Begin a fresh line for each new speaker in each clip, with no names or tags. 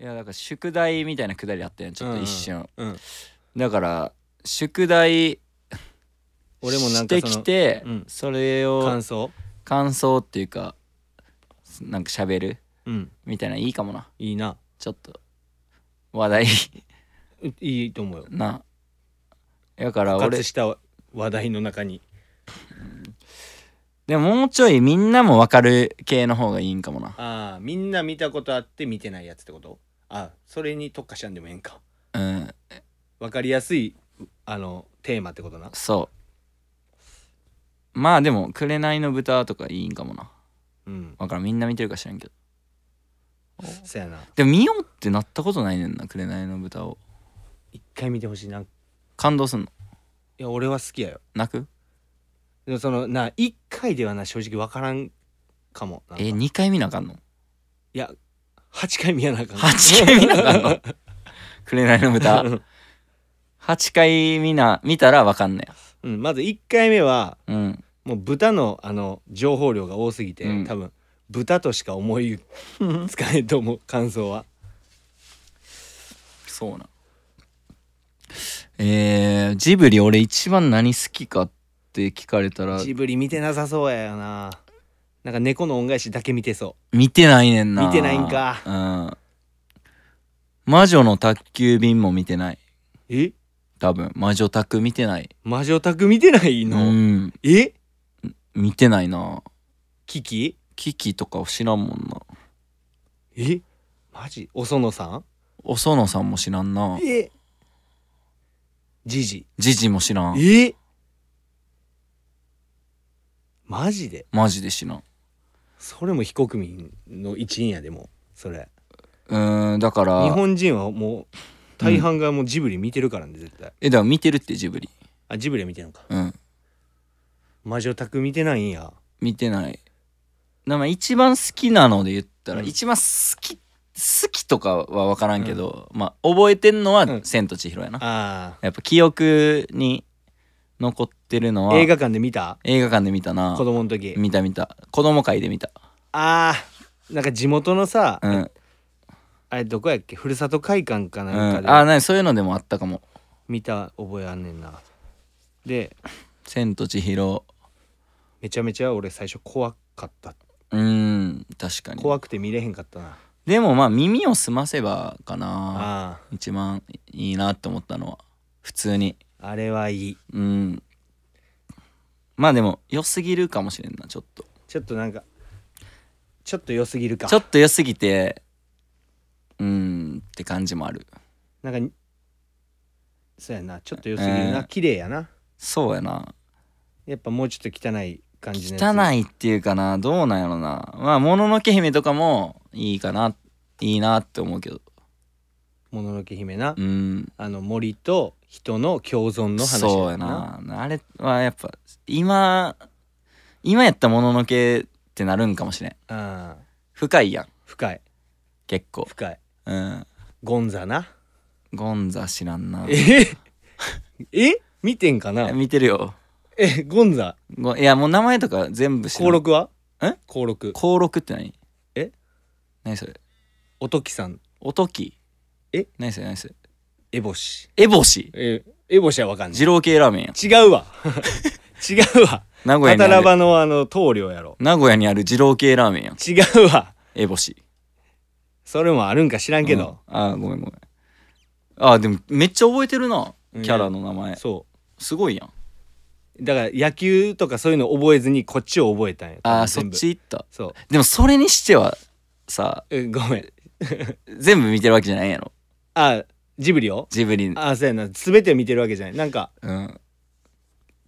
いやだから宿題みたいなくだりあったやんちょっと一瞬、
うん
だから宿題
俺もな
し
んか
て
その
きて
うん
それ
感
を
想
感想っていうかなんか喋る
うん
みたいないいかもない
いな
ちょっと話題
ういいと思うよ
なやから
復
俺
活した話題の中に
でももうちょいみんなもわかる系の方がいいんかもな
ああみんな見たことあって見てないやつってことあそれに特化したんでもええんか
うん
分かりやすいあのテーマってことな
そうまあでも「紅の豚」とかいいんかもな
うん
わからんみんな見てるか知らんけど
そやな
でも見ようってなったことないねんな「紅の豚」を
一回見てほしいなんい
感動すんの
や俺は好きやよ
泣く
でもそのな一回ではな正直分からんかもなんか
え
い
二2回見なあかんの
や8回見やなあかん
8回見なあかん の紅の豚
うん
8回見な見たらわかんね
うんまず1回目は
やうん
もう豚のあの情報量が多すぎて、
うん
多分豚としか思いつかないと思う感 想は
そうなえー、ジブリ俺一番何好きかって聞かれたら
ジブリ見てなさそうやよななんか猫の恩返しだけ見てそ
見てないねんな
見てないんか
うん魔女の宅急便も見てないう
え
多分魔女宅見てない
魔女宅見てないうの、
ん
え
見てないな
キキ
キキとか知らんもんな
えマジお園さん
お園さんも知らんな
えジジ
ジジも知らん
えマジで
マジで知らん
それも非国民の一員やでもうそれ
うーんだか
日
ら
本人はもう大半がもうジブリ見てるからね絶対
えだから見てるってジブリ
あジブリは見てんのか
うん
魔女宅見てないんや
見てないなまあ一番好きなので言ったら、
うん
一番好き好きとかは分からんけど、まあ覚えてんのは
うん
「千と千尋」やな、
あ
やっぱ記憶に残ってるの
あ
は
映画館で見た
映画館で見たな
子供の時
見た見た子供会で見た
あーなんか地元のさ、
うん、うん、
あれどこやっけふるさと会館かなん
あ
かで
なそういうのでもあったかも
見た覚えあんねんなで
「千と千尋
めちゃめちゃ俺最初怖かった」
うーん確かに
怖くて見れへんかったな
でもまあ耳を澄ませばかな
あ
一番いいなって思ったのは普通に
ああれはいい
うんまあでも良すぎるかもしれんなちょっと
ちょっとなんかちょっと良すぎるか
ちょっと良すぎてうんって感じもある
なんかそうやなちょっと良すぎるな、
うん
綺麗やな
そうやな
やっぱもうちょっと汚い感じの
汚いっていうかなどうなんやろなまあもののけ姫とかもいいかないいなって思うけど
いもののけ姫な、
うん
あの森と人の共存の話
そうやなあれはやっぱ今今やったもののけってなるんかもしれん
なうん
深いやん
深い
結構
深い
うん
ゴンザな
ゴンザ知らんな
え え見てんかな
見てるよ
えゴンザ
ごいやもう名前とか全部知らん
高録は
え
高録
高録って何
え
何それ
おときさん
おとき
え
何それ何それ
エボシ
エボシ
えエボシはわかんな
二
い
郎系ラーメンやん
違 うわ違うわ
名古屋
タ
に
タ
あ
ラ
る
バのあの棟梁やろ
名古屋にある二郎系ラーメンやん
違うわ
エボシ
それもあるんか知らんけど、
うんあーごめんごめんあーでもめっちゃ覚えてるなキャラの名前
そ
すごいやん
うだから野球とかそういうの覚えずにこっちを覚えたんや
あーそっ
全部
ち行った
そう
でもそれにしてはさ
えごめん
全部見てるわけじゃないやろ
あジブリを
ジブリ
あそうやな全てを見てるわけじゃないなんか
うん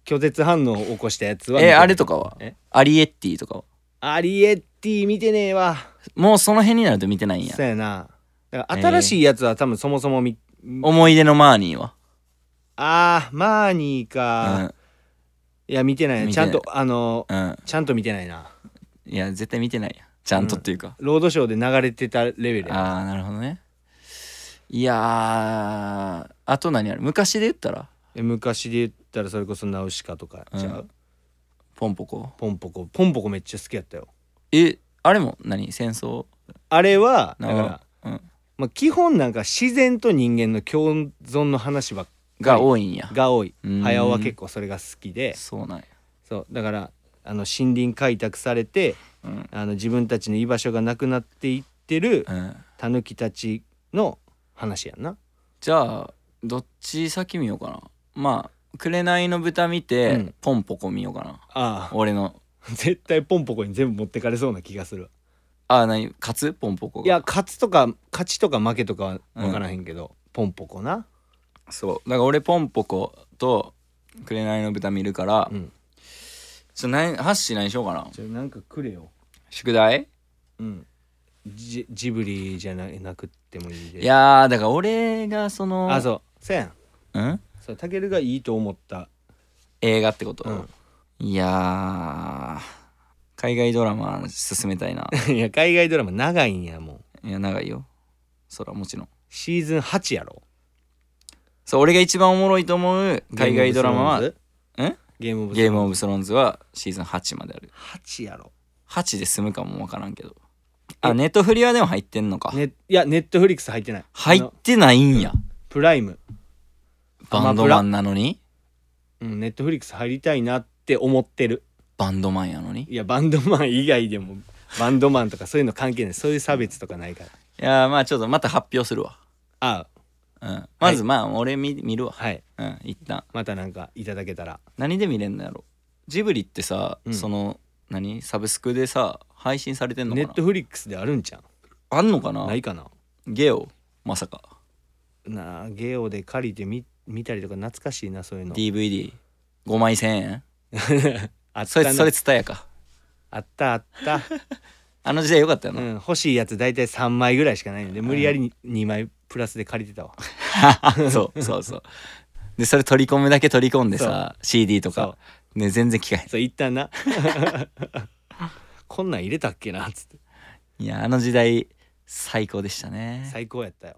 拒絶反応を起こしたやつは見て
え
ない
あれとかは
え
アリエッティとかは
アリエッティ見てねえわ
もうその辺になると見てないんや
そうやなだから新しいやつは多分そもそもみ、
思い出のマーニーは
あーマーニー
う
か、
ん
いや見てないな
見
ち
てな
ゃ
い
んとあの
うん
ちゃんと見てないない
や絶対見てないやちゃんとっていうか、
ロードショーで流れてたレベルや
ああなるほどねいやーあと何ある昔で言ったら
え昔で言ったらそれこそナウシカとか
うん
じゃあ、
ポンポコ
ポンポコポンポコめっちゃ好きやったよ
えあれも何戦争
あれはだ
あ
から
うん
まあ、基本なんか自然と人間の共存の話ばっかり
が多いんや
が多い
うん
早尾は結構それが好きで
そうなんや
そうだからあの森林開拓されて
うん
あの自分たちの居場所がなくなっていってる
うん
タヌキたちの話やんな。
じゃあどっち先見ようかなまあ「紅の豚」見て、
うん
ポンポコ見ようかな
ああ
俺の
絶対ポンポコに全部持ってかれそうな気がする。
あ何勝つポンポコが
いや勝つとか勝ちとか負けとかは分からへんけど、ポンポコな。
そうだから俺ポンポコと「紅の豚」見るから、
うん、
ちょ何ハッシー何しようかな
じゃあなんかくれよ。
宿題
うん、ジジブリじゃななくってもいいで。
いやーだから俺がその
あそうそうやん。
うん
そうタケルがいいと思った。
映画ってこと、
うん
いやー海外ドラマ進めたいな
いや海外ドラマ長いんやもん。
いや長いよそらもちろん
シーズン8やろ
そう俺が一番おもろいと思う海外ドラマはん
ゲームオブ
ゲームオ
ブ
ブスローンズはシーズン8まである
8やろ
8で済むかも分からんけどあネットフリはでも入ってんのか、
ねいやネットフリックス入ってない
入
あ
っ
の
てないんや
プライム、ア
バ
マ
ン
プラ
ドマンなのに
うん、ネットフリックス入りたいなって思ってる
バンドマンやのにい
いやバンドマン以外でもバンドマンとかそういうの関係ないそういう差別とかないから
やーまあちょっとまた発表するわ、
あ
うん、まずまあ俺見見るわ、
はい
うん一旦
またなんかいただけたら
何で見れんのやろジブリってさ、
うん
その何サブスクでさ配信されてんのか
ネ
な
ットフリックスであるんちゃ
あんのか
う
な
ないかな
ゲオまさか
なあゲオで借りてみ見たりとか懐かしいなそういうの
DVD5 枚1000円
あった
それ
な
それ伝えやか
あったあ った
あの時代よかったよ
う
な、
ん、欲しいやつ大体3枚ぐらいしかないので無理やりに2枚プラスで借りてたわ
そうそうそうでそれ取り込むだけ取り込んでさ CD とかね全然聞かへ
そう一旦なこんなん入れたっけなっつって
んいやあの時代最高でしたね
最高やったよ